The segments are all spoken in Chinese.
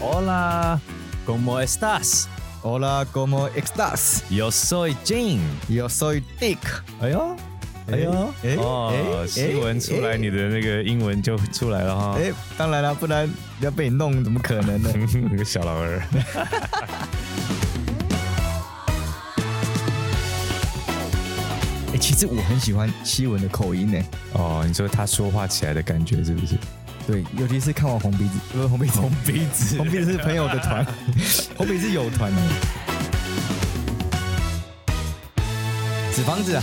Hola, ¿cómo estás? Hola, ¿cómo estás? Yo soy Jane。 Yo soy Dick。哎呦，哎呦，哎哦哎，新闻出来，哎你的那个英文就出来了哈。哎，当然了，不然要被你弄，怎么可 能呢？ 那个小老二。哎，其实我很喜欢西文的口音呢。哦，你说他说话起来的感觉是不是？ 对，尤其是看完红鼻子，不是红鼻子，红鼻子 红鼻子是朋友的 团，红鼻子有团的。纸房子啊，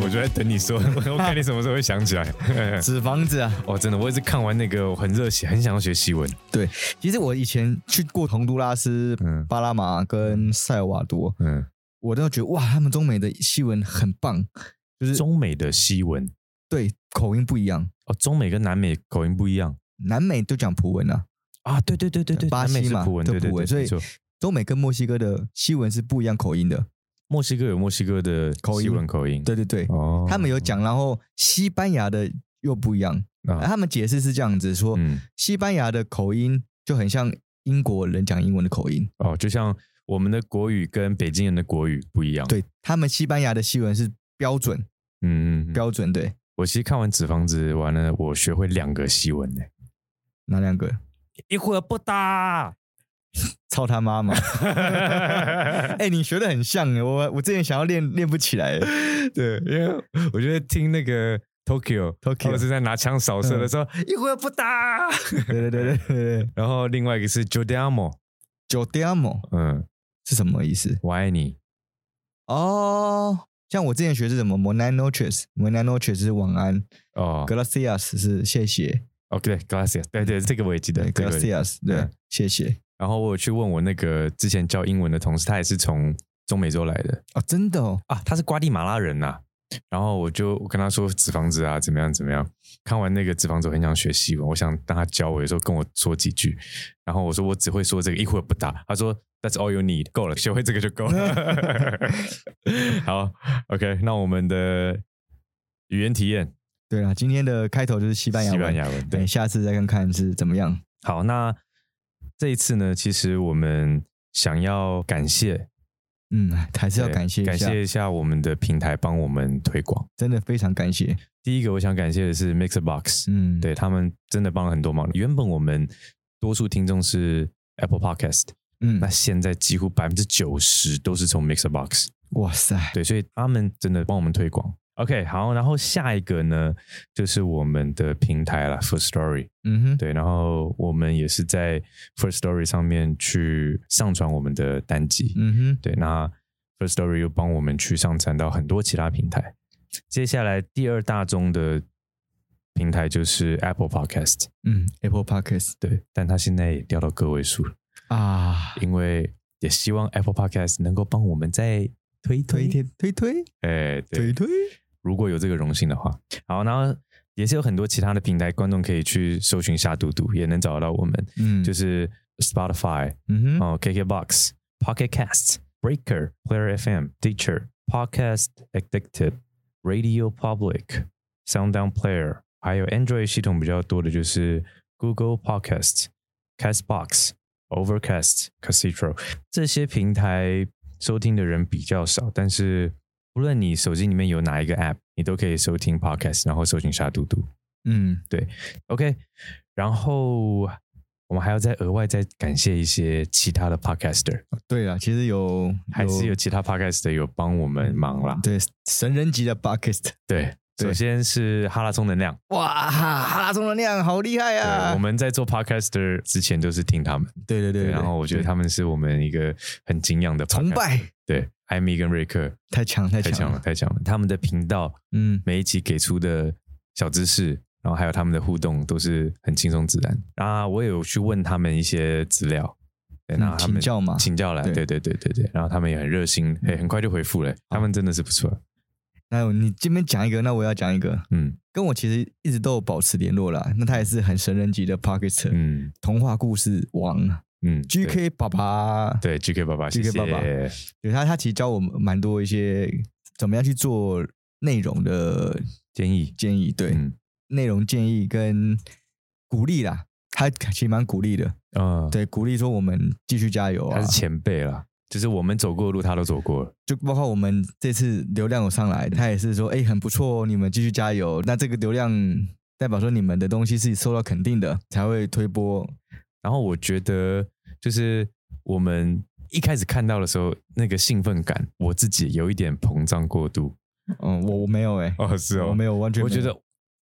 我就在等你说， 我看你什么时候会想起来。 纸房子啊。哦，真的，我也是看完那个，我很热血，很想要学西文。对，其实我以前去过洪都拉斯嗯、巴拉马跟塞尔瓦多，嗯，我都觉得哇，他们中美的西文很棒，就是中美的西文对口音不一样。哦，中美跟南美口音不一样南美都讲葡文啊，啊。对对对对对，巴南美西是嘛葡文，对对对葡对，文所以没错中美跟墨西哥的西文是不一样口音的。墨西哥有墨西哥的口西音文口音，对对对，哦，他们有讲，然后西班牙的又不一样。啊他们解释是这样子说，嗯，西班牙的口音就很像英国人讲英文的口音。哦，就像我们的国语跟北京人的国语不一样，，对他们西班牙的西文是标准嗯嗯嗯。标准，对我其实看完《纸房子》完了，我学会两个西文呢，哪两个？一会儿不搭。操他妈妈！哎、你学的很像哎，我我之前想要练练不起来。 欸对，因为我觉得听那个 Tokyo Tokyo 嗯他们是在拿枪扫射的时候，一会儿不打。对对对对对对然后另外一个是 Jodiamo， j o d a m o 嗯，是什么意思？我爱你。哦，像我之前学是什么 m o n a n o c h e s m o n a n o c h e s 是晚安哦 Gracias 是谢谢， ，OK，Gracias，对对，这个我也记得。对这个我也记得，Gracias 对嗯，谢谢。然后我有去问我那个之前教英文的同事，他也是从中美洲来的哦，真的哦，啊，他是瓜地马拉人呐、然后我就我跟他说纸房子啊，怎么样怎么样。看完那个纸房子，我很想学西文，我想让他教我，有时候跟我说几句。然后我说我只会说这个，一会儿不打。他说 That's all you need，够了，学会这个就够了。 好，OK，那我们的语言体验对啦，今天的开头就是西班牙西文，哎班牙文，对对，，下次再看看是怎么样。好，那这一次呢，其实我们想要感谢，嗯，还是要对感谢一感下，谢一下我们的平台帮我们推广。真的非常感谢。第一个我想感谢的是 Mixer Box，、嗯，对他们真的帮了很多忙。原本我们多数听众是 Apple Podcast，、嗯那，现在几乎百分之九十都是从 Mixer Box，哇塞，对，所以他们真的帮我们推广。OK，好，然后下一个呢，就是我们的平台了，First Story。嗯哼，对，然后我们也是在 First Story 上面去上传我们的单集。嗯哼，对，那 First Story 又帮我们去上传到很多其他平台。接下来第二大宗的平台就是 Apple Podcast，嗯，Apple Podcast 对，但它现在也掉到个位数了，啊，因为也希望 Apple Podcast 能够帮我们再推推推推推哎，对，推推，如果有这个荣幸的话，好，然后也是有很多其他的平台，观众可以去搜寻夏嘟嘟，也能找得到我们，嗯，就是 Spotify、嗯哼，哦，KKBox、Pocket Casts、Breaker、Player FM、Teacher、Podcast Addicted、Radio Public、Sound Down Player，还有 Android 系统比较多的就是 Google Podcast、Castbox、Overcast、Casitro 这些平台收听的人比较少，但是无论你手机里面有哪一个 App，你都可以收听 Podcast，然后搜寻沙嘟嘟。嗯， OK，然后我们还要再额外再感谢一些其他的 podcaster，哦对了，其实有还是有其他 podcaster 有帮我们忙啦。对神人级的 Podcast，对，对首先是哈拉充能量，哇哈，哈充能量好厉害对，啊！呃我们在做 podcaster 之前都是听他们，对对对对，然后我觉得他们是我们一个很敬仰的崇 podcaster，拜对，艾米跟瑞克太强太太强强了，，太强了，他们的频道嗯每一集给出的小知识。然后还有他们的互动都是很轻松自然啊，我也有去问他们一些资料，对，那嗯，他请们教嘛，请教来，对对对对对对，然后他们也很热心，哎，很快就回复了，他们真的是不错，那你这边讲一个，那我要讲一个，嗯跟我其实一直都有保持联络啦，那他也是很神人级的 Podcast 嗯童话故事王嗯 GK 爸爸，对对 GK 爸爸 GK 谢谢爸爸对他他其实教我们蛮多一些怎么样去做内容的建议，建议，对，嗯内容建议跟鼓励啦，他其实蛮鼓励的。嗯，对，鼓励说我们继续加油啊他是！前辈啦，就是我们走过的路他都走过了，就包括我们这次流量有上来，他也是说，哎、很不错哦，你们继续加油。那这个流量代表说你们的东西是受到肯定的，才会推播。然后我觉得就是我们一开始看到的时候，那个兴奋感，我自己有一点膨胀过度。嗯，我我没有哎、哦，是我没有，完全我没有觉得，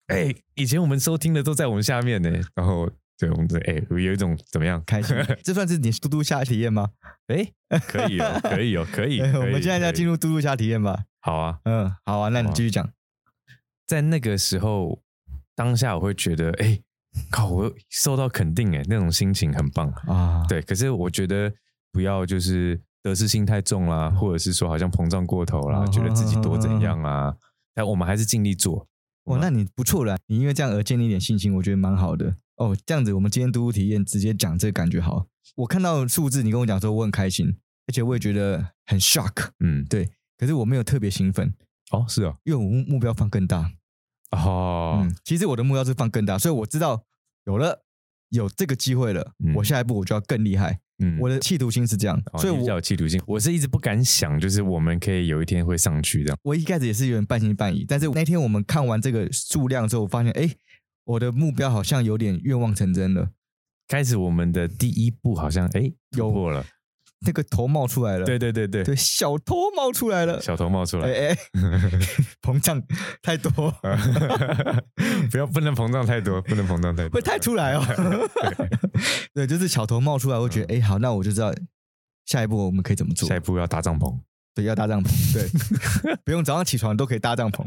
哎、以前我们收听的都在我们下面呢， 然后对我们这哎、有一种怎么样？ 开心，这算是你嘟嘟虾体验吗？哎、可以 哦，可以哦，可以。哎 我们现在要进入入嘟嘟虾体验吧。好啊，嗯，好啊，那你继续讲。在那个时候当下，我会觉得，哎、靠，我受到肯定哎，那种心情很棒。啊，对，可是我觉得不要就是得失心太重啦，或者是说好像膨胀过头啦，嗯觉得自己多怎样啊。但我们还是尽力做。哇，那你不错了，你因为这样而建立一点信心，我觉得蛮好的。哦，这样子，我们今天读物体验直接讲这个感觉好。我看到数字，你跟我讲说我很开心，而且我也觉得很 shock，嗯，可是我没有特别兴奋，哦，是哦，因为我目目标放更大。哦，嗯，其实我的目标是放更大，所以我知道有了有这个机会了，嗯我下一步我就要更厉害。嗯我的企图心是这样，哦所以你比较我有企图心。我是一直不敢想，就是我们可以有一天会上去这样。我一开始也是有点半信半疑，但是那天我们看完这个数量之后，我发现哎，诶我的目标好像有点愿望成真了，开始我们的第一步好像哎有突破了，那个头冒出来了。对对对对，对，小偷冒出来了，小头冒出来，哎哎， 膨胀太多， 不要不能膨胀太多，不能膨胀太多，会太出来哦。 对，就是小头冒出来，我觉得哎、好，那我就知道下一步我们可以怎么做嗯下。一步要搭帐篷，对，要搭帐篷，对， 不用早上起床都可以搭帐篷，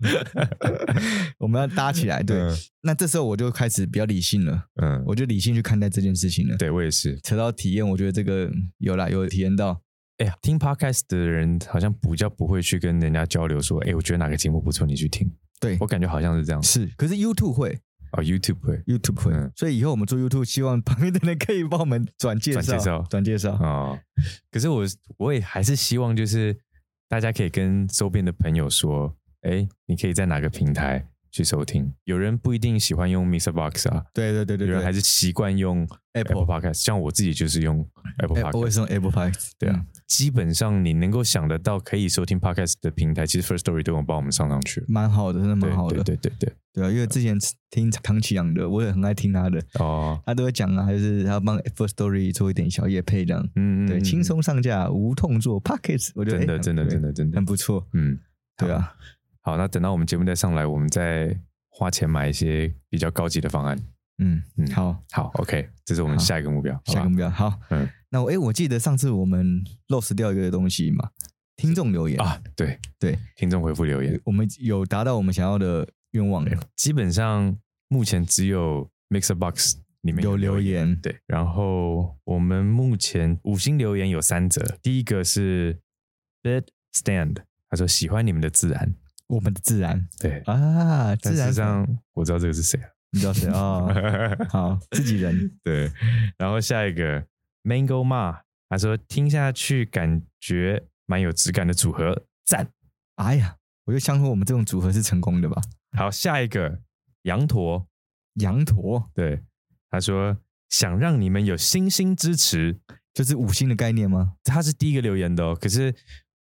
我们要搭起来。对，嗯那这时候我就开始比较理性了，嗯，我就理性去看待这件事情了。对我也是。扯到体验，我觉得这个有啦，有体验到。哎呀，听 podcast 的人好像比较不会去跟人家交流，说，哎，我觉得哪个节目不错，你去听。对我感觉好像是这样。是，可是 YouTube 会哦，YouTube 会，YouTube 会，嗯所以以后我们做 YouTube，希望旁边的人可以帮我们转介绍，转介绍转介绍。哦，可是我我也还是希望就是大家可以跟周边的朋友说，哎，你可以在哪个平台去收听？有人不一定喜欢用 Mr. Box 啊，对对对对有人对还是习惯用 Apple Apple 哎 Podcast，像我自己就是用 Apple Apple，我 Podcast。也是用嗯 Apple Pie。对啊，，基本上你能够想得到可以收听 podcast 的平台，其实 First Story 都有帮我们上上去了。蛮好的，真的蛮好的。对对对对对啊，因为之前听唐启阳的，我也很爱听他的，对，哦，他都会讲啊，就是他帮 First Story 做一点小夜配这样，嗯，嗯对，嗯轻松哎上架，无痛做 Pockets，我觉得真的真的真的的真的很，不错。嗯，对啊，好，那等到我们节目再上来，我们再花钱买一些比较高级的方案。嗯嗯，好，好，OK，这是我们好下一个目标，好吧下一个目标好。嗯那我哎，我记得上次我们 lost 掉一个东西嘛，听众留言，啊，对对，听众回复留言，我们有达到我们想要的愿望，基本上目前只有 Mixer Box 里面有留言。言，对，然后我们目前五星留言有三则，第一个是 Bed Stand，他说喜欢你们的自然，我们的自然对，啊，但自事然实上我知道这个是谁了，你知道谁 啊？好，自己人。对，然后下一个 Mango Ma，他说听下去感觉蛮有质感的组合，赞。哎呀，我就相信我们这种组合是成功的吧。好，下一个羊驼，羊驼对，他说想让你们有星星支持，就是五星的概念吗？他是第一个留言的哦，可是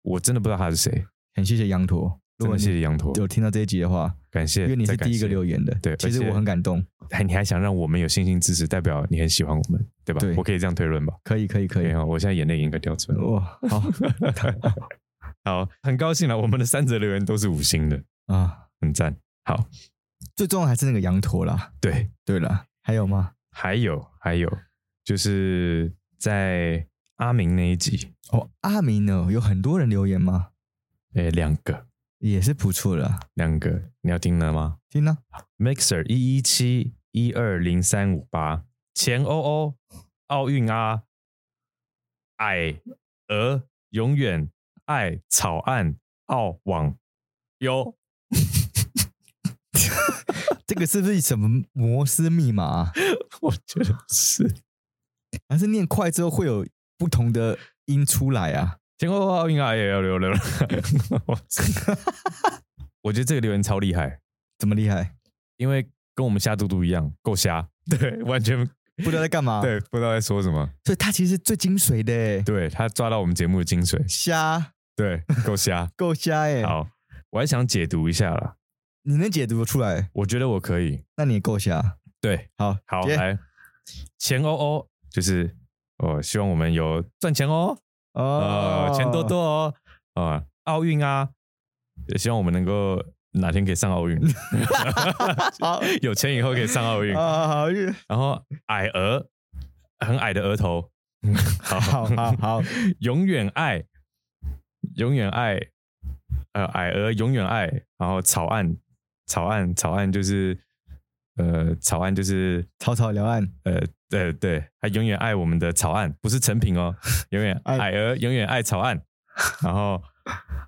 我真的不知道他是谁，很谢谢羊驼，如真果的谢你谢羊驼，有听到这一集的话，感谢，因为你再是感第一个谢留言的，对其实而且我很感动。还你还想让我们有信心支持，代表你很喜欢我们，对吧？对我可以这样推论吧？可以，可以，可以对，啊，我现在眼泪已经快掉出来了。哇，好好，很高兴了，我们的三则留言都是五星的，啊！很赞。好，最重要还是那个羊驼啦。对，对啦，还有吗？还有还有，就是在阿明那一集，哦，阿明呢？有很多人留言吗？诶，两个也是不错的啊，两个，你要听了吗听呢、 ？Mixer 一一七一二零三五八前欧欧奥运啊，矮鹅永远爱草案澳网有。这个是不是什么摩斯密码、啊？ 我觉得是。还是念快之后会有不同的音出来啊？前后奥运啊，也要留留了。我我觉得这个留言超厉害，怎么厉害？ 因为跟我们瞎嘟嘟一样，够瞎，对，完全不知道在干嘛。，对，不知道在说什么。所以它其实是最精髓的欸，对他抓到我们节目的精髓，瞎 对，够瞎。够瞎哎。好，我还想解读一下啦，你能解读出来，我觉得我可以。那你也够瞎。对，好，好，接来，钱欧欧就是哦，希望我们有赚钱哦，哦呃，，钱多多哦，啊，奥运啊，也希望我们能够哪天可以上奥 运， 好。有钱以后可以上奥运。啊，好，越然后矮额，很矮的额 头，好好好 好，永远爱，永远爱，呃，矮鹅永远爱，然后草案，草案，草案就是，呃，草案就是，草草聊岸，呃，对对，他永远爱我们的草案，不是成品哦， 永远爱矮鹅永远爱草案，然后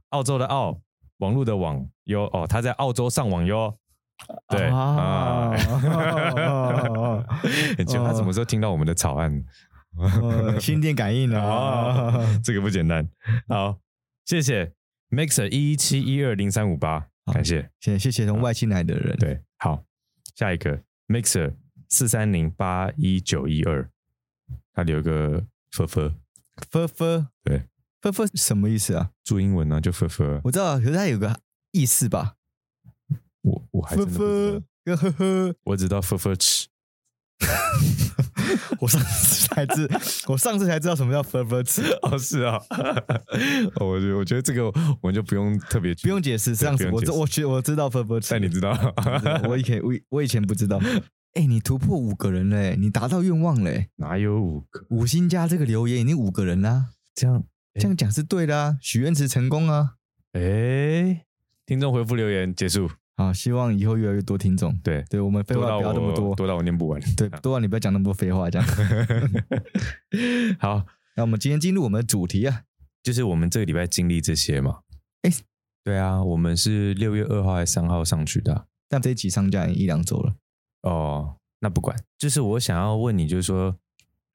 澳洲的澳，网络的网哟，哦，他在澳洲上网哟。对啊啊， 很奇怪，他什么时候听到我们的草案？哦心电感应哦啊，，这个不简单。好，谢谢 Mixer 一一七一二零三五八，感谢。谢谢谢从外星来的人，对，好，下一个 Mixer 四三零八一九一二，他留个 f f， f f 对 f f 什么意思啊？注英文呢、就 f f，我知道，可是它有个意思吧我我还真，f 的不知道 f 跟呵呵， 我只知道 f f 吃，我上次才知，我上次才知道什么叫 f f 吃，哦是啊、 哦，我觉得我觉得这个我们就不用特别去不用，解释，上次不用我解知释我知我知道 f f 吃但，你知道，我以前我以我以前不知道，哎，你突破五个人嘞，你达到愿望嘞，哪有五个五星加这个留言已经五个人啦。这样？这样讲是对的啊，许愿池成功啊！哎，听众回复留言结束，好，希望以后越来越多听众。对。对我们废多话到不要我这么多，多啊到我念不完。对，多让你不要讲那么多废话。这样，好，那我们今天进入我们的主题啊。就是我们这个礼拜经历这些嘛。诶对啊，我们是六月二号还是三号上去的啊、但这一集上架已经一两周了，哦，那不管，就是我想要问你，就是说，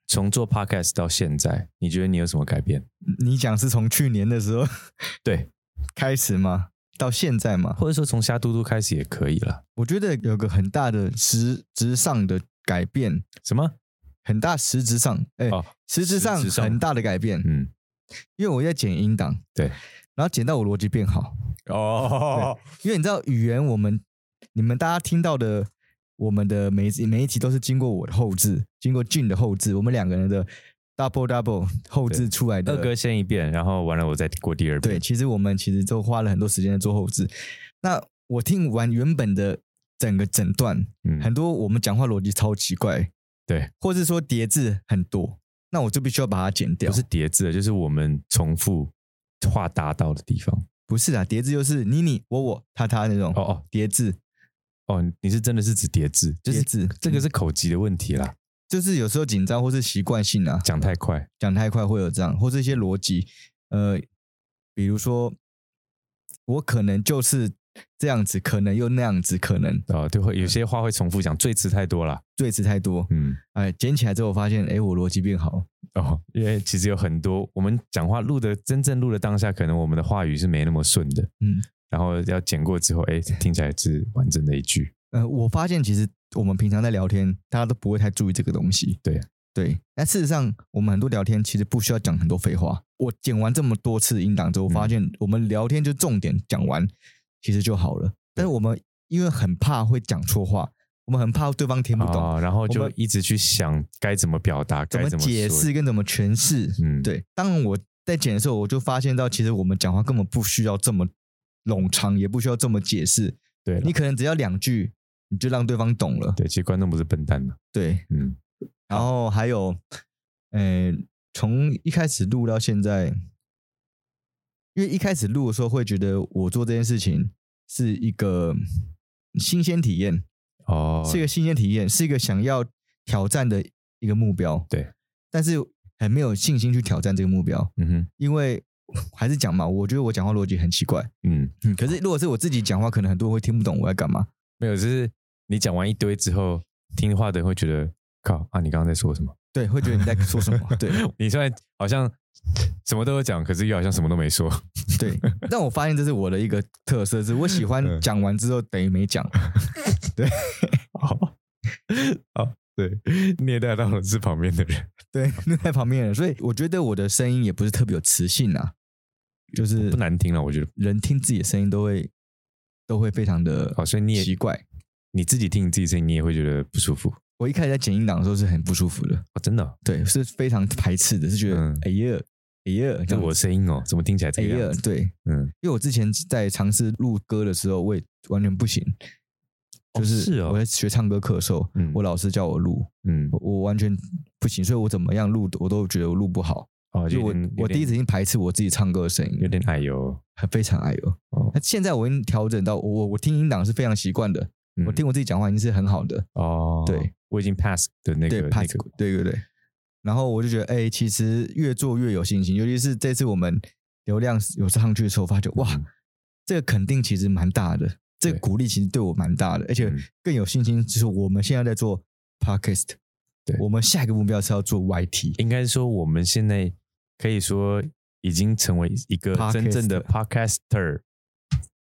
从做 podcast 到现在，你觉得你有什么改变？你讲是从去年的时候 对，开始吗？到现在吗？或者说从虾嘟嘟开始也可以了。我觉得有个很大的实质上的改变，什么？很大实质上，哎、哦实质上实质上很大的改变，嗯，因为我在剪音档，对，然后剪到我逻辑变好，哦，因为你知道语言，我们你们大家听到的，我们的每一集每一集都是经过我的后置，经过俊的后置，我们两个人的 double double 后置出来二的。哥先一遍，然后完了我再过第二对，遍。其实我们其实都花了很多时间在做后置。那我听完原本的整个诊断，嗯很多我们讲话逻辑超奇怪，对，或是说叠字很多，那我就必须要把它剪掉。不是叠字的，就是我们重复话达到的地方。不是啊，叠字就是你你我我他他那种哦哦叠字，哦，你是真的是指叠字，就叠是字嗯这个是口疾的问题啦，就是有时候紧张或是习惯性啊，讲太快。讲太快会有这样，或是一些逻辑，呃，比如说我可能就是这样子，可能又那样子，可能啊，对，会有些话会重复讲，最词太多了。对词太多，嗯，哎，捡起来之后发现，哎，我逻辑变好，哦，因为其实有很多我们讲话录的真正录的当下，可能我们的话语是没那么顺的，嗯，然后要剪过之后，哎，听起来是完整的一句。呃，我发现其实我们平常在聊天，大家都不会太注意这个东西，对对，但事实上我们很多聊天其实不需要讲很多废话，我剪完这么多次音档之后，我嗯发现我们聊天就重点讲完，其实就好了，但是我们因为很怕会讲错话，我们很怕对方听不懂。啊、然后就们一直去想该怎么表达，怎该么么解说释，跟怎么诠释。嗯，，对，当然我在剪的时候，我就发现到，其实我们讲话根本不需要这么冗长，也不需要这么解释。对了你可能只要两句，你就让对方懂了。对，其实观众不是笨蛋嘛，对，嗯，然后还有，呃，从一开始录到现在，因为一开始录的时候会觉得我做这件事情是一个新鲜体验，哦，是一个新鲜体验，是一个想要挑战的一个目标。对，但是很没有信心去挑战这个目标，嗯哼，因为还是讲嘛，我觉得我讲话逻辑很奇怪。嗯，嗯，可是如果是我自己讲话，可能很多人会听不懂我在干嘛。没有，就是你讲完一堆之后，听话的人会觉得，靠啊，你刚刚在说什么？对，会觉得你在说什么？对你现在好像什么都有讲，可是又好像什么都没说。对，但我发现这是我的一个特色，是我喜欢嗯 讲完之后等于没讲。好，好，对， 虐待到的是旁边的人， 对，虐待旁边的人，所以我觉得我的声音也不是特别有磁性啊，就是不难听了，我觉得。人听自己的声音都会都会非常的哦好，所以你奇也怪。你自己听你自己声音，你也会觉得不舒服我一开始在剪音档的时候是很不舒服的，哦，真的哦，对，是非常排斥的，是觉得、嗯哎呀哎呀，这这我的声音哦，怎么听起来哎这个呀样子？对，嗯，因为我之前在尝试录歌的时候，我也完全不行，哦就是是哦我在学唱歌课的时候，嗯我老师叫我录，嗯，我我完全不行，所以我怎么样录我都觉得我录不好，哦，就有我点有我第一点次已经排斥我自己唱歌的声音，有点矮油很非常矮哦。哦，那现在我已经调整到我我我听音档是非常习惯的，嗯我听我自己讲话已经是很好的，哦，对，我已经 pass 的那个对那 pass，、个，对对对。然后我就觉得，哎、其实越做越有信心，尤其是这次我们流量有上去的时候，发觉哇，嗯这个肯定其实蛮大的，这个对鼓励其实对我蛮大的，而且嗯更有信心，就是我们现在在做 podcast，对我们下一个目标是要做 YT，应该说我们现在可以说已经成为一个 Podcaster 真正的 podcaster，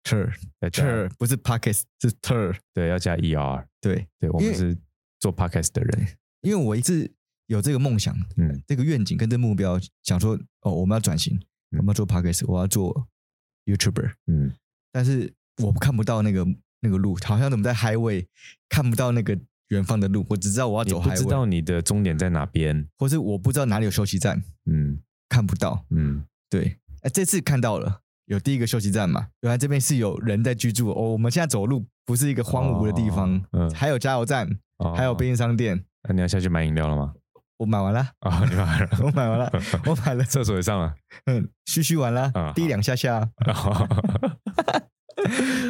ter 要加 ter 啊不是 podcast 是 ter，对要加 er，对，对我因们为是做 podcast 的人，因为我一直有这个梦想，嗯这个愿景跟这目标，想说哦，我们要转型，嗯我们要做 podcast，我要做 YouTuber，嗯，但是我看不到那个那个路，好像怎么在 highway 看不到那个远方的路，我只知道我要你走不知 highway，道你的终点在哪边，或是我不知道哪里有休息站，嗯看不到。嗯，对，哎，这次看到了有第一个休息站嘛，原来这边是有人在居住哦。我们现在走路不是一个荒芜的地方，哦嗯还有加油站，哦还有便利商店。那你要下去买饮料了吗？我买完了，啊，你买了， 我 买完了，我买了，厕所也上了，嗯，嘘嘘完了，嗯滴两下下，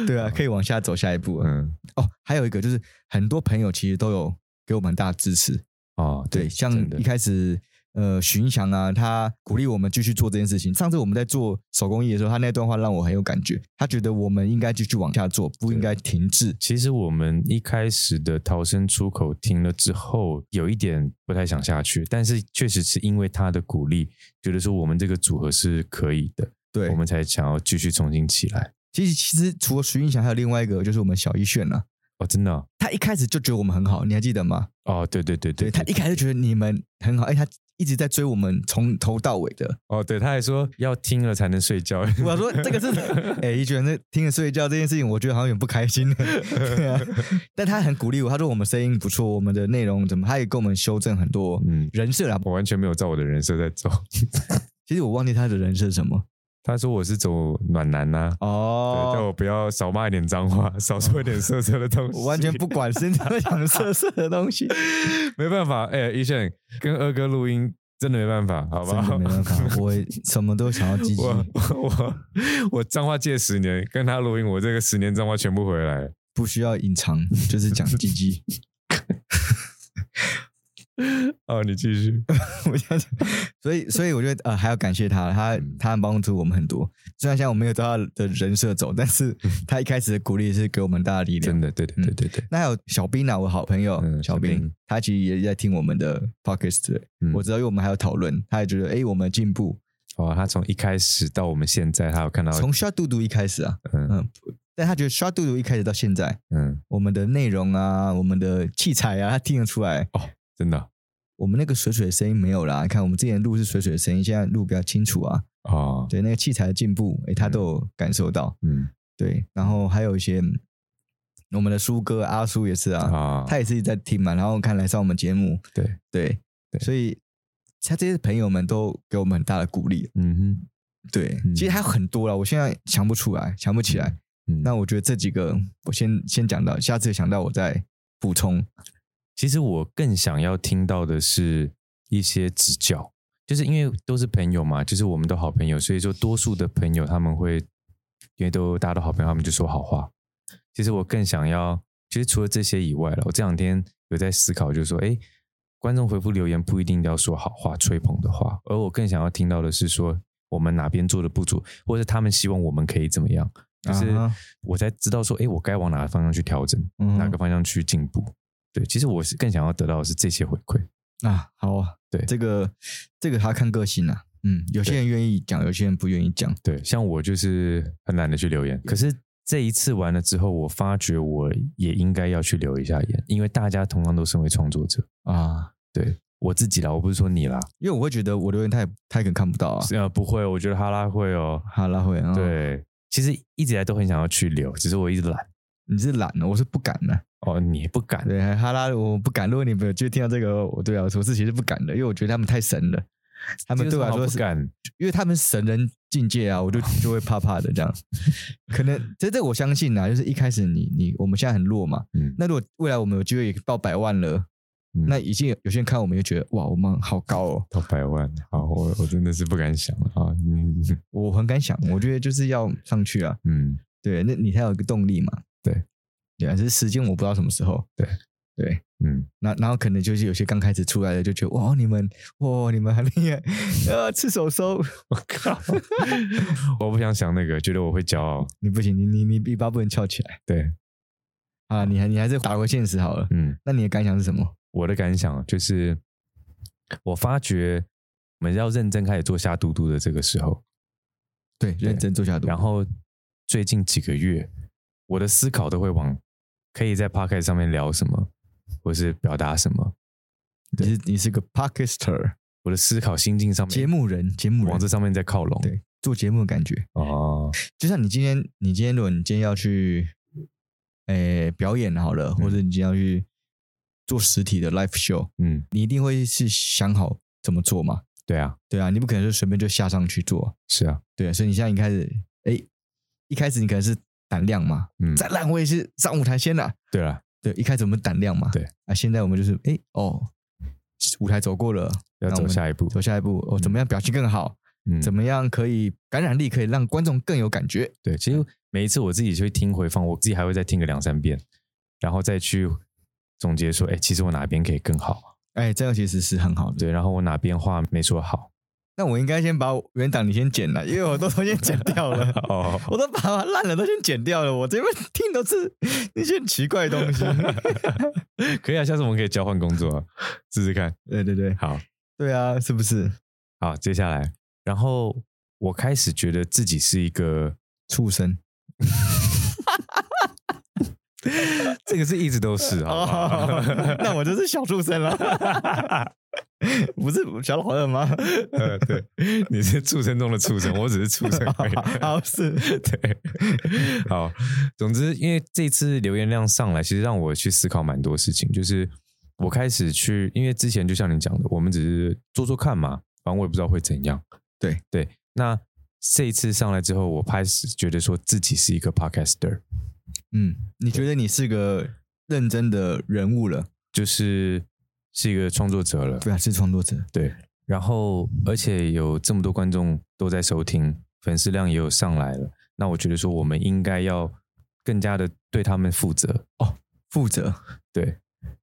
对啊，可以往下走下一步了。嗯，哦，还有一个就是很多朋友其实都有给我们很大的支持，哦，对，像真的一开始。呃，许云翔啊，他鼓励我们继续做这件事情。上次我们在做手工艺的时候，他那段话让我很有感觉。他觉得我们应该继续往下做，不应该停滞。其实我们一开始的逃生出口停了之后，有一点不太想下去，但是确实是因为他的鼓励，觉得说我们这个组合是可以的，对，我们才想要继续重新起来。其实其实除了徐云翔，还有另外一个就是我们小一炫啊，哦，真的哦，他一开始就觉得我们很好，你还记得吗？哦对对对对他一开始就觉得你们很好，哎，他一直在追我们从头到尾的。哦，对，他还说要听了才能睡觉。 我说这个是，哎，一觉得听着睡觉这件事情，我觉得好像有点不开心。 对啊，但他很鼓励我，他说我们声音不错，我们的内容怎么，他也给我们修正很多嗯，人设啦。我完全没有照我的人设在走。其实我忘记他的人设是什么他说我是走暖男呐、对叫哦。我不要少骂一点脏话，少说一点色色的东西。我完全不管身上讲色色的东西， 没办法，哎、医生跟二哥录音真的没办法， 好真吧？的没办法，我什么都想要积 极。我我我脏话借十年，跟他录音，我这个十年脏话全部回来了。不需要隐藏，就是讲鸡鸡。哦，你继 续。我这样讲所以所以我觉得呃还要感谢他，他嗯他帮助我们很多。虽然现在我没有照他的人设走，但是他一开始的鼓励是给我们大的力量。嗯真的，对对对对对，那还有小兵啊，我好朋友、嗯小小兵兵，他其实也在听我们的 podcast，、嗯我知道，因为我们还有讨论，他也觉得哎、诶我们进步，哦，他从一开始到我们现在，他有看到，从 shot 嘟嘟一开始啊，嗯嗯，但他觉得 shot 嘟嘟一开始到现在，嗯，我们的内容啊，我们的器材啊，他听得出来，真的我们那个水水的声音没有啦，你看我们之前录是水水的声音，现在录比较清楚啊。哦，对，那个器材的进步，诶，他都有感受到。嗯对，然后还有一些嗯我们的苏哥阿苏也是啊，啊，他也是一直在听嘛，然后看来上我们节目，对对，对所以他这些朋友们都给我们很大的鼓励。嗯哼，对，嗯其实还有很多了，我现在想不出来，想不起来。嗯，那我觉得这几个我先先讲到，下次想到我再补充。其实我更想要听到的是一些指教，就是因为都是朋友嘛，就是我们都好朋友，所以说多数的朋友他们会，因为都大家都好朋友，他们就说好话。其实我更想要，其实除了这些以外了，我这两天有在思考，就是说，哎，观众回复留言不一定要说好话、吹捧的话，而我更想要听到的是说我们哪边做的不足，或者他们希望我们可以怎么样，就是啊哈我才知道说，哎，我该往哪个方向去调整。嗯哪个方向去进步。对，其实我是更想要得到的是这些回馈。啊，好啊，对这个这个还要看个性啊。嗯，有些人愿意讲，有些人不愿意讲。对，像我就是很懒得去留言，可是这一次完了之后，我发觉我也应该要去留一下言，因为大家同样都身为创作者，啊，对我自己啦，我不是说你啦，因为我会觉得我留言他也他也可能看不到啊。呃，不会，我觉得哈拉会哦，好啦，会啊，，对，其实一直以来都很想要去留，只是我一直懒。你是懒了，我是不敢的。哦，你也不敢，对，哈拉我不敢。如果你们有就听到这个，我对啊，我自己是不敢的，因为我觉得他们太神了，他们对我来说不是，敢。哦因为他们神人境界啊，我就就会怕怕的这样。 可 能这这我相信啊，就是一开始你你我们现在很弱嘛，嗯，那如果未来我们有机会到百万了，嗯那已经有有些人看我们就觉得哇，我们好高哦，到百万，好，我我真的是不敢想了啊。嗯我很敢想，我觉得就是要上去啊，嗯，对，那你才有一个动力嘛，对，对啊，只是时间我不知道什么时候，对对。嗯，那然后可能就是有些刚开始出来的就觉得哇，你们哇，你们很厉害，呃，吃手手，我靠，我不想想那个，觉得我会骄傲。 你不行，你你你尾巴不能翘起来对，啊！你还你还是打回现实好了。嗯，那你的感想是什么？我的感想啊就是，我发觉我们要认真开始做虾嘟嘟的这个时候，对，认真做下读。然后最近几个月，我的思考都会往可以在 p o c k e t 上面聊什么，或是表达什么，你是你是个 podcaster 我的思考心境上节面目人，节目往人这上面在靠拢。对做节目的感觉，哦，就像你今天，你今天如果你今天要去，诶、表演好了，或者你今天要去做实体的 live show，嗯，你一定会是想好怎么做嘛？对啊，对啊，你不可能就随便就下上去做啊、是啊，对，所以你现在一开始，哎，一开始你可能是胆量嘛，嗯，再烂我也是上舞台先啦。对了，对，一开始我们胆量嘛，对，啊，现在我们就是，哎，哦，舞台走过了，要那我走们下一步，走下一步，哦，怎么样表现更好？嗯，怎么样可以感染力可以让观众更有感觉？对，其实每一次我自己去听回放，我自己还会再听个两三遍，然后再去总结说，哎，其实我哪边可以更好，哎，这样其实是很好的。对，然后我哪边话没说好，，那我应该先把原档你先剪了，因为我都都先剪掉了 哦，我都把烂了都先剪掉了，我这边听都是 一些很奇怪的东西。可以啊，下次我们可以交换工作啊，试试看。对对对，好，对啊，是不是好，接下来，然后我开始觉得自己是一个，畜生？这个是一直都是，啊好不好哦， 那我就是小畜生了， 不是小老二吗？呃，对，你是 畜生中的畜生，我只是畜生而已。 好是，对，好，总之，因为这次留言量上来，其实让我去思考蛮多事情。就是我开始去，因为之前就像你讲的，我们只是做做看嘛，反正我也不知道会怎样。对对，那这一次上来之后，我开始觉得说自己是一个 podcaster，嗯，你觉得你是个认真的人物了？就是是一个创作者了。对啊，是创作者，对，然后而且有这么多观众都在收听，粉丝量也有上来了。那我觉得说，我们应该要更加的对他们负责。负责。对，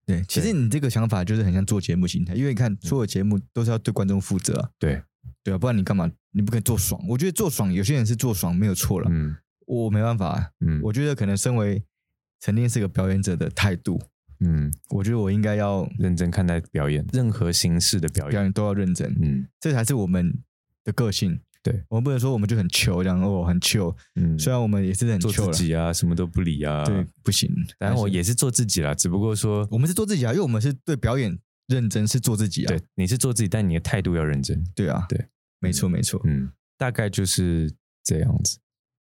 对，嗯其实你这个想法就是很像做节目心态，因为你看所有节目都是要对观众负责、啊，对，对啊，不然你干嘛？你不可以做爽。我觉得做爽，有些人是做爽没有错了，嗯我没办法啊。嗯，我觉得可能身为曾经是个表演者的态度，嗯我觉得我应该要认真看待表演，任何形式的表表演。演都要认真。嗯这才是我们的个性。对，我们不能说我们就很球，然后哦很球，嗯，虽然我们也是很做球自了，己啊，什么都不理啊。对，，不行。然后我也是做自己啦，只不过说，我们是做自己啊，因为我们是对表演认真，是做自己啊。对，你是做自己，但你的态度要认真。对啊，对，没错没错。嗯，大概就是这样子。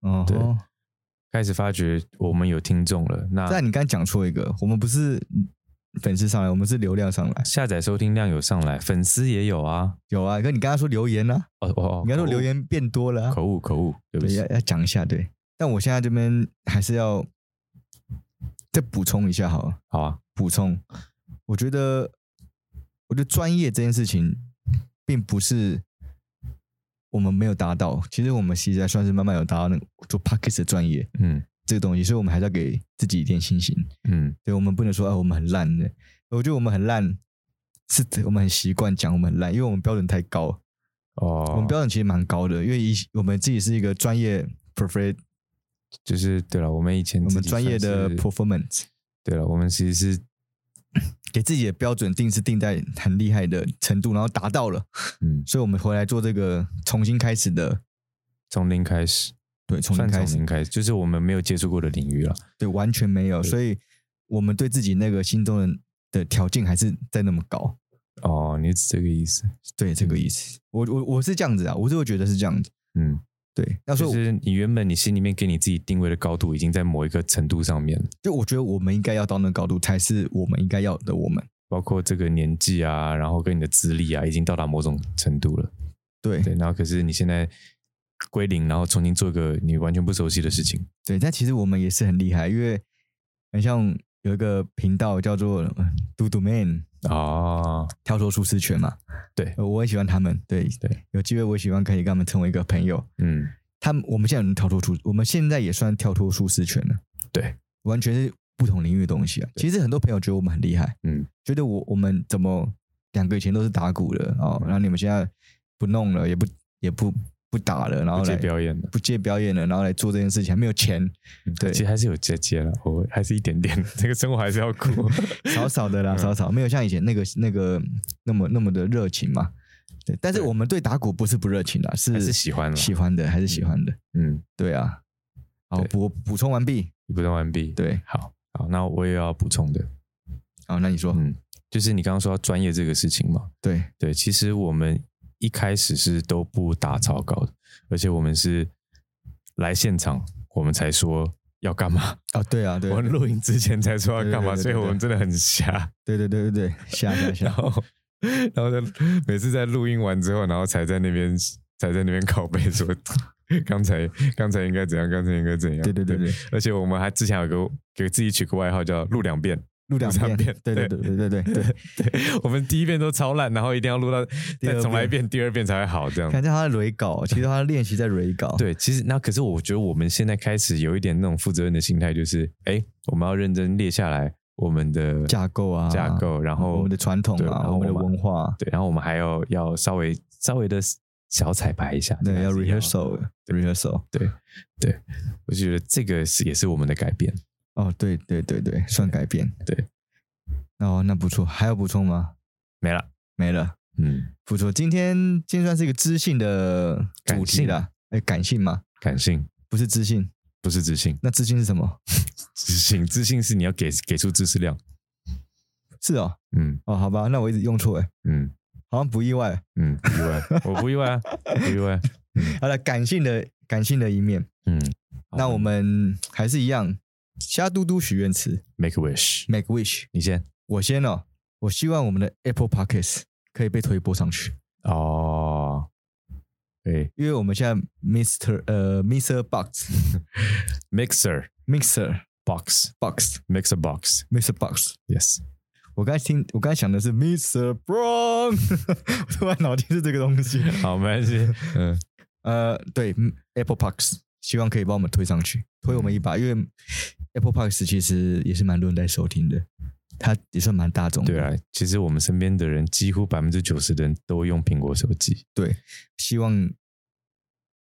哦，嗯对啊开始发觉我们有听众了，那但你刚才讲错一个，我们不是粉丝上来，我们是流量上来。下载收听量有上来，粉丝也有啊。有啊，跟你刚刚说留言啊，哦哦，哦你刚刚说口误留言变多了、啊，口误口误，对不对，起要。要讲一下对。但我现在这边还是要再补充一下好了。好啊，补充，我觉得，我觉得专业这件事情，并不是我们没有达到，其实我们其实还算是慢慢有达到那个做 p a c k a g e 的专业嗯这个东西，所以我们还是要给自己一点信心。嗯对我们不能说啊，我们很烂的，我觉得我们很烂，是我们很习惯讲我们很烂，因为我们标准太高，哦，我们标准其实蛮高的，因为以我们自己是一个专业 perfect，就是对了，我们以前我自们己专业的算是 performance。对了，我们其实是给自己的标准定是定在很厉害的程度，然后达到了，嗯所以我们回来做这个重新开始的，从零开始，对，从零算开从始，零开始，就是我们没有接触过的领域了。对，完全没有，所以我们对自己那个心中的的条件还是在那么高，哦，你是这个意思？对，这个意思。我我我是这样子啊，我是会觉得是这样子，嗯，对。那所以就我、是你原本你心里面给你自己定位的高度已经在某一个程度上面了，就我觉得我们应该要到那个高度，才是我们应该要的我们。包括这个年纪啊，然后跟你的资历啊，已经到达某种程度了。对对，然后可是你现在归零，然后重新做一个你完全不熟悉的事情。对，但其实我们也是很厉害，因为很像有一个频道叫做呃“嘟嘟 man”，哦，跳脱舒适圈嘛。对呃，我很喜欢他们，对对，有机会我也希望可以跟他们成为一个朋友。嗯，他们我们现在能跳脱出，我们现在也算跳脱舒适圈了。对，完全是不同领域的东西啊。其实很多朋友觉得我们很厉害，嗯，觉得我我们怎么两个以前都是打鼓的哦，嗯然后你们现在不弄了，也不也不不打了，然后不接来表演的，嗯不接表演了，然后来做这件事情，还没有钱，对其实还是有接接了，偶尔还是一点点， 这个生活还是要过。 嗯少少的啦，少少，没有像以前那个那个那么那么的热情嘛。对，但是对我们对打鼓不是不热情啦，是还是喜欢啦喜欢的，还是喜欢的。嗯，对啊，好，对补补充完毕。补充完毕。，对，好，好，那我也要补充的，好，那你说，嗯，就是你刚刚说到专业这个事情嘛，对对，其实我们一开始是都不打草稿的，而且我们是来现场，我们才说要干嘛。啊，对啊，对我们录影之前才说要干嘛，对对对对所以我们真的很瞎。对对对对对，下下 然 下，后，然后在每次在录音完之后，然后才在那边才在那边拷贝说，刚才刚才应该怎样，刚才应该怎样。对对对对，而且我们还之前有个给自己取个外号叫“录两遍录两录三遍遍，对对对对 对对对，”，我们第一遍都超烂，然后一定要录到第二再遍重来一遍，第二遍才会好这样。看一下他的蕊稿，其实他练习在蕊稿，对，其实那可是我觉得我们现在开始有一点那种负责任的心态，就是哎，我们要认真列下来我们的架构啊，架构，然后我们的传统对然啊，后我们的我们文化，对，然后我们还要要稍微稍微的小彩排一下，这对，样要子 rehearsal rehearsal，我就觉得这个是也是我们的改变。哦，对对对对，算改变，对，哦，那不错，还有补充吗？没了，没了，嗯，不错，今天今天算是一个知性的主感题性啦，哎，感性吗？感性不是知性，不是自信， 那知性是什么？自信自信是你要给给出知识量，是哦，嗯哦，好吧，那我一直用错，哎，嗯好像不意外。嗯，不意外，我不意外啊，不意外，好了，感性的感性的一面，嗯，好那我们还是一样，瞎嘟嘟许愿词 make a wish， ，make wish。你先我先哦，我希望我们的 Apple Podcasts 可以被推播上去，哦，对因为我们现在 Mister 呃 Mister Box ，mixer Mixer box Box mixer box Mister Box。 yes，我刚才听，我刚才想的是 Mister Brown，我 突然脑筋是这个东西。好，没关系，嗯，呃，对嗯，Apple Parks，希望可以帮我们推上去，推我们一把，因为 Apple Parks 其实也是蛮多人在收听的，它也算蛮大众的。对啊，其实我们身边的人几乎百分之九十的人都用苹果手机，对，希望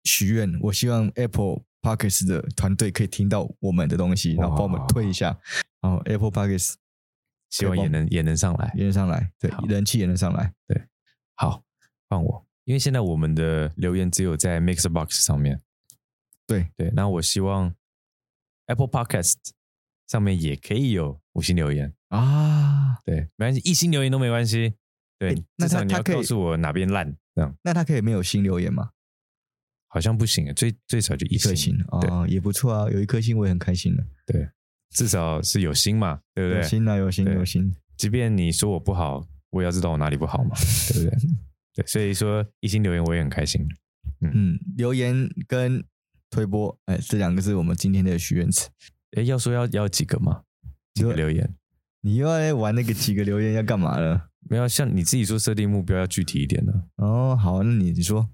许愿，我希望 Apple Parkes 的团队可以听到我们的东西，然后帮我们推一下，然后 Apple Parkes 希望也能也能上来。也能上来，对好，人气也能上来，好，换我，因为现在我们的留言只有在 Mixer Box 上面。对对，那我希望 Apple Podcast 上面也可以有五星留言。啊。对，没关系，一星留言都没关系。对，诶那至少他你他要可以告诉我哪边烂，这样那他可以没有新留言吗？好像不行，啊最最少就一一颗星星，哦，也不错啊，有一颗星我也很开心的，至少是有星嘛，对不有对？心啊，有心对有心，即便你说我不好，我也要知道我哪里不好 嘛，对不对？对，所以说一星留言我也很开心。嗯，留言跟推播，哎，这两个是我们今天的许愿词。诶，要说要要几个嘛？几个对留言？你又要来玩那个几个留言要干嘛了？没有，像你自己说设定目标要具体一点呢、哦，好，那你你说，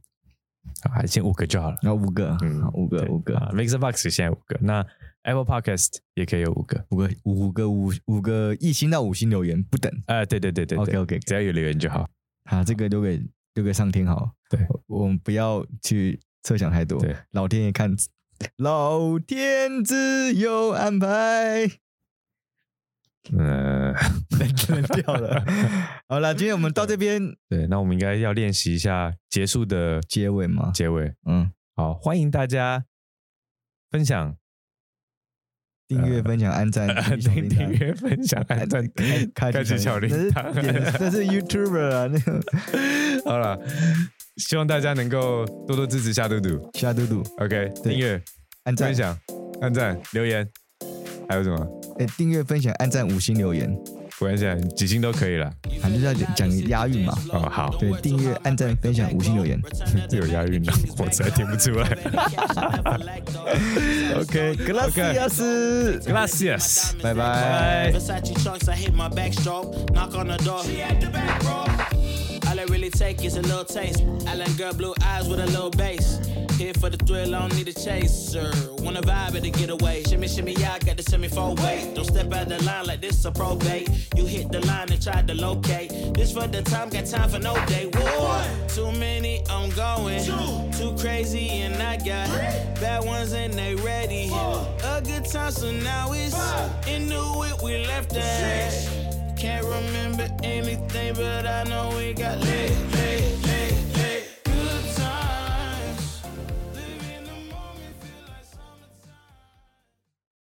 啊，还先五个 就好了。然后五个，嗯好，五个对，五个，啊，Mixer Box 现在五个，那 Apple Podcast 也可以有五个。五个五五个五五个一星到五星留言不等。啊，对对对对 OK 对 OK，只要有留言就好。好，这个留给留给上天好了。对我，我们不要去设想太多对，老天爷看，老天自有 安排。 嗯，冷掉了。好了，今天我们到这边对，那我们应该要练习一下结束的结尾嘛。结尾。嗯，好，欢迎大家分享、订阅、分享、按赞、小订铃 订铛阅、分 享、按赞、开开启小铃铛那是也是那是 YouTuber 啊，那个好了，希望大家能够多多支持夏嘟嘟。夏嘟嘟 OK，对订阅、按赞分，享、按赞、留言，还有什么？哎，订阅、分享、按赞、五星留言，我看现在几星都可以了。反正要讲讲押韵嘛。哦，好，对，订阅、按赞、分享、五星 留言。这有押 韵的，我实在听不出来。 Gracias， OK，Gracias，、拜拜。 Versace trunks, I hit my backstroke. Knock on the door. She at the back row. All I really take is a little taste. Island girl, blue eyes with a little bass. Here for the thrill, I don't need a chaser. Wanna vibe at the getaway. Shimmy, shimmy, yeah, I got the semi four way. Don't step out the line like this a probate. You hit the line and try to locate. This for the time, got time for no day. One, too many, I'm going. Too crazy, and I got bad ones and they ready. A good time, so now it's in the it, we left that. Can't remember anything, but I know we got lit.